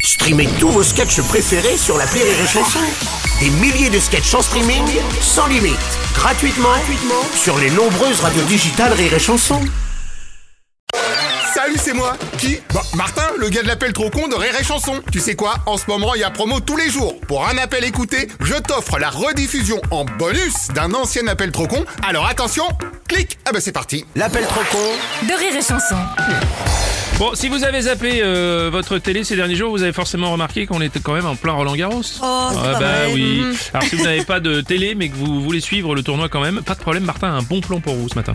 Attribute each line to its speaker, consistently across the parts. Speaker 1: Streamez tous vos sketchs préférés sur la Rire et Chanson. Des milliers de sketchs en streaming, sans limite, gratuitement, gratuitement sur les nombreuses radios digitales Rire et Chanson.
Speaker 2: Salut, c'est moi. Qui Bah, Martin, le gars de l'appel trop con de Rire et Chanson. Tu sais quoi En ce moment, il y a promo tous les jours. Pour un appel écouté, je t'offre la rediffusion en bonus d'un ancien appel trop con. Alors attention, clique Ah bah c'est parti
Speaker 1: L'appel trop con
Speaker 3: de rire et chanson.
Speaker 4: Bon, si vous avez zappé euh, votre télé ces derniers jours, vous avez forcément remarqué qu'on était quand même en plein Roland Garros.
Speaker 3: Oh, c'est
Speaker 4: ah
Speaker 3: pas
Speaker 4: bah
Speaker 3: vrai.
Speaker 4: oui.
Speaker 3: Mhm.
Speaker 4: Alors si vous n'avez pas de télé mais que vous voulez suivre le tournoi quand même, pas de problème, Martin a un bon plan pour vous ce matin.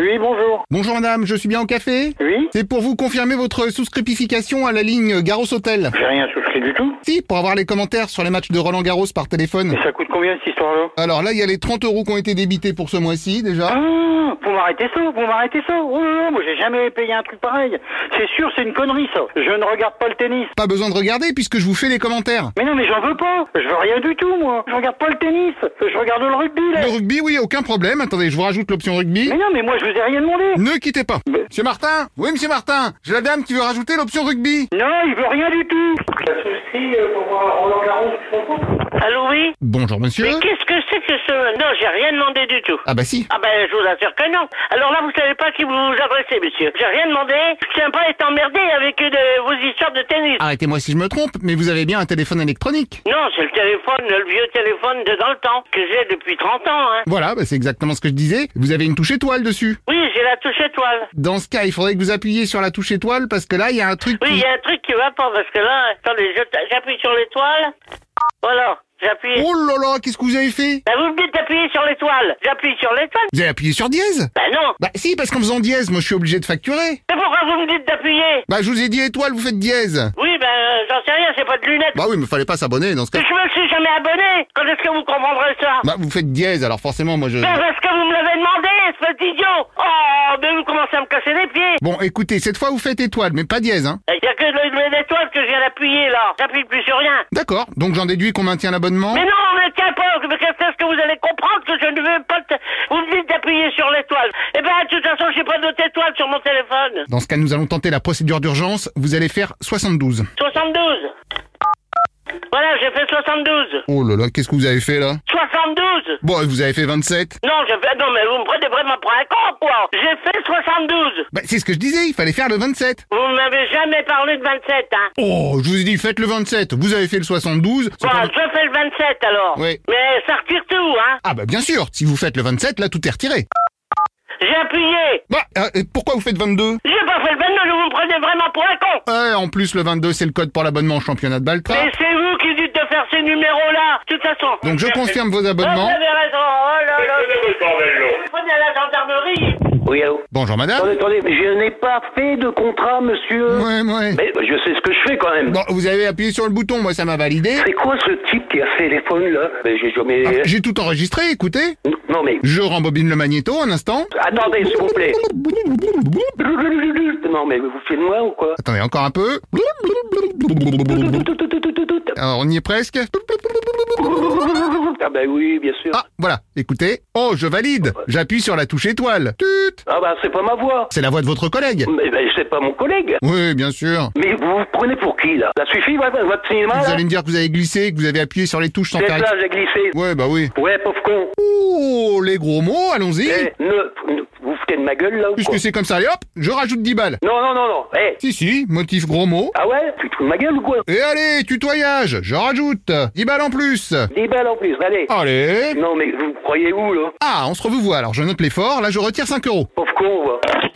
Speaker 5: Oui, bonjour.
Speaker 2: Bonjour madame, je suis bien au café
Speaker 5: Oui
Speaker 2: C'est pour vous confirmer votre souscripification à la ligne Garros Hôtel.
Speaker 5: J'ai rien souscrit du tout.
Speaker 2: Si, pour avoir les commentaires sur les matchs de Roland Garros par téléphone.
Speaker 5: Mais ça coûte combien cette histoire-là
Speaker 2: Alors là, il y a les 30 euros qui ont été débités pour ce mois-ci déjà.
Speaker 5: Ah, vous m'arrêtez ça, vous m'arrêtez ça. Oh là là, moi j'ai jamais payé un truc pareil. C'est sûr, c'est une connerie ça. Je ne regarde pas le tennis.
Speaker 2: Pas besoin de regarder puisque je vous fais les commentaires.
Speaker 5: Mais non, mais j'en veux pas. Je veux rien du tout, moi. Je regarde pas le tennis. Je regarde le rugby, là.
Speaker 2: Le rugby, oui, aucun problème. Attendez, je vous rajoute l'option rugby.
Speaker 5: Mais non, mais moi je vous ai rien demandé.
Speaker 2: Ne quittez pas. Monsieur Martin Oui, monsieur Martin J'ai la dame qui veut rajouter l'option rugby.
Speaker 5: Non, il veut rien du tout. euh,
Speaker 6: Allô, oui
Speaker 2: Bonjour, monsieur.
Speaker 5: Hein
Speaker 6: Mais qu'est-ce que c'est que ce... Non, j'ai rien demandé du tout.
Speaker 2: Ah bah si.
Speaker 6: Ah ben, je vous assure que non. Alors là, vous savez pas qui vous vous adressez, monsieur. J'ai rien demandé. Je tiens pas à être emmerdé avec de- vos histoires de tennis.
Speaker 2: Arrêtez-moi si je me trompe, mais vous avez bien un téléphone électronique.
Speaker 6: Non, c'est le téléphone, le vieux téléphone de dans le temps, que j'ai depuis 30 ans, hein.
Speaker 2: Voilà, bah c'est exactement ce que je disais. Vous avez une touche étoile dessus.
Speaker 6: Oui, j'ai la touche étoile.
Speaker 2: Dans ce cas, il faudrait que vous appuyiez sur la touche étoile parce que là, il y a un truc
Speaker 6: Oui, il
Speaker 2: qui...
Speaker 6: y a un truc qui va pas, parce que là, attendez, je- j'appuie sur l'étoile. Voilà, j'appuie.
Speaker 2: Oh là là, qu'est-ce que vous avez fait
Speaker 6: Ben, vous me dites d'appuyer sur l'étoile. J'appuie sur l'étoile
Speaker 2: Vous avez appuyé sur dièse
Speaker 6: Ben non.
Speaker 2: Bah si, parce qu'en faisant dièse, moi je suis obligé de facturer.
Speaker 6: Mais pourquoi vous me dites d'appuyer
Speaker 2: Bah je vous ai dit étoile, vous faites dièse.
Speaker 6: Oui, ben, euh, j'en sais rien, c'est pas de lunettes.
Speaker 2: Bah oui, mais fallait pas s'abonner dans ce
Speaker 6: Mais
Speaker 2: cas.
Speaker 6: Je me suis jamais abonné. Quand est-ce que vous comprendrez ça
Speaker 2: Bah vous faites dièse, alors forcément moi je...
Speaker 6: Mais Parce que vous me l'avez demandé, espèce d'idiot Oh, mais vous commencez à me casser les pieds
Speaker 2: Bon, écoutez, cette fois vous faites étoile, mais pas dièse, hein.
Speaker 6: Il n'y a que le- le- l'étoile que je viens d'appuyer, là. J'appuie plus sur rien.
Speaker 2: D'accord, donc j'en déduis qu'on maintient l'abonnement.
Speaker 6: Mais non, mais tiens pas, mais qu'est-ce que vous allez comprendre que je ne veux pas... te- Vous me dites d'appuyer sur l'étoile. Eh ben, de toute façon, j'ai pas d'autre étoile sur mon téléphone.
Speaker 2: Dans ce cas, nous allons tenter la procédure d'urgence. Vous allez faire 72.
Speaker 6: 72. Voilà, j'ai fait 72.
Speaker 2: Oh là là, qu'est-ce que vous avez fait là
Speaker 6: 72
Speaker 2: Bon, vous avez fait 27.
Speaker 6: Non, j'ai fait... Non, mais vous me prenez vraiment pour un con, quoi J'ai fait 72
Speaker 2: Bah, c'est ce que je disais, il fallait faire le 27.
Speaker 6: Vous m'avez jamais parlé de 27, hein
Speaker 2: Oh, je vous ai dit, faites le 27. Vous avez fait le 72. c'est
Speaker 6: Bon,
Speaker 2: pas-
Speaker 6: je fais le 27 alors.
Speaker 2: Oui.
Speaker 6: Mais ça retire tout, hein.
Speaker 2: Ah bah bien sûr, si vous faites le 27, là tout est retiré.
Speaker 6: J'ai appuyé.
Speaker 2: Bah, euh, et pourquoi vous faites 22
Speaker 6: J'ai pas fait le 22, vous me prenez vraiment pour un con.
Speaker 2: Ouais, en plus le 22 c'est le code pour l'abonnement au championnat de Baltra.
Speaker 6: Mais c'est vous qui dites de faire ces numéros-là, de toute façon.
Speaker 2: Donc je confirme vos
Speaker 6: Ah,
Speaker 2: abonnements.
Speaker 6: Vous avez raison. Oh là là. Prenez à la gendarmerie.
Speaker 7: Oui, allô
Speaker 2: Bonjour madame.
Speaker 7: Attendez, attendez, je n'ai pas fait de contrat, monsieur.
Speaker 2: Ouais, ouais.
Speaker 7: Mais je sais ce que je fais quand même.
Speaker 2: Bon, vous avez appuyé sur le bouton, moi ça m'a validé.
Speaker 7: C'est quoi ce type qui a ce téléphone là Mais j'ai jamais.
Speaker 2: Ah, J'ai tout enregistré, écoutez.
Speaker 7: Non mais.
Speaker 2: Je rembobine le magnéto un instant.
Speaker 7: Attendez, s'il vous plaît. Non mais vous faites de moi ou quoi
Speaker 2: Attendez, encore un peu. Alors, on y est presque.
Speaker 7: Ah bah oui, bien sûr.
Speaker 2: Ah, voilà, écoutez. Oh, je valide. J'appuie sur la touche étoile. Tut
Speaker 7: Ah bah c'est pas ma voix.
Speaker 2: C'est la voix de votre collègue.
Speaker 7: Mais bah, c'est pas mon collègue.
Speaker 2: Oui, bien sûr.
Speaker 7: Mais vous vous prenez pour qui là Ça suffit, votre, votre cinéma
Speaker 2: Vous
Speaker 7: là
Speaker 2: allez me dire que vous avez glissé, que vous avez appuyé sur les touches sans
Speaker 7: C'est
Speaker 2: faire
Speaker 7: là,
Speaker 2: exprès.
Speaker 7: j'ai glissé.
Speaker 2: Ouais, bah oui.
Speaker 7: Ouais, pauvre con.
Speaker 2: Oh, les gros mots, allons-y.
Speaker 7: Eh, ne, ne- vous foutez de ma gueule là ou quoi
Speaker 2: Puisque c'est comme ça, allez hop, je rajoute 10 balles.
Speaker 7: Non, non, non, non. Eh,
Speaker 2: Si, si, motif gros mots.
Speaker 7: ah ouais Tu te fous de ma gueule ou quoi
Speaker 2: Et allez, tutoyage, je rajoute 10 balles en plus.
Speaker 7: 10 balles en plus, ben allez.
Speaker 2: Allez.
Speaker 7: Non, mais vous croyez où, là
Speaker 2: Ah, on se revoit alors, je note l'effort, là je retire 5 euros.
Speaker 7: Pauvre con, quoi.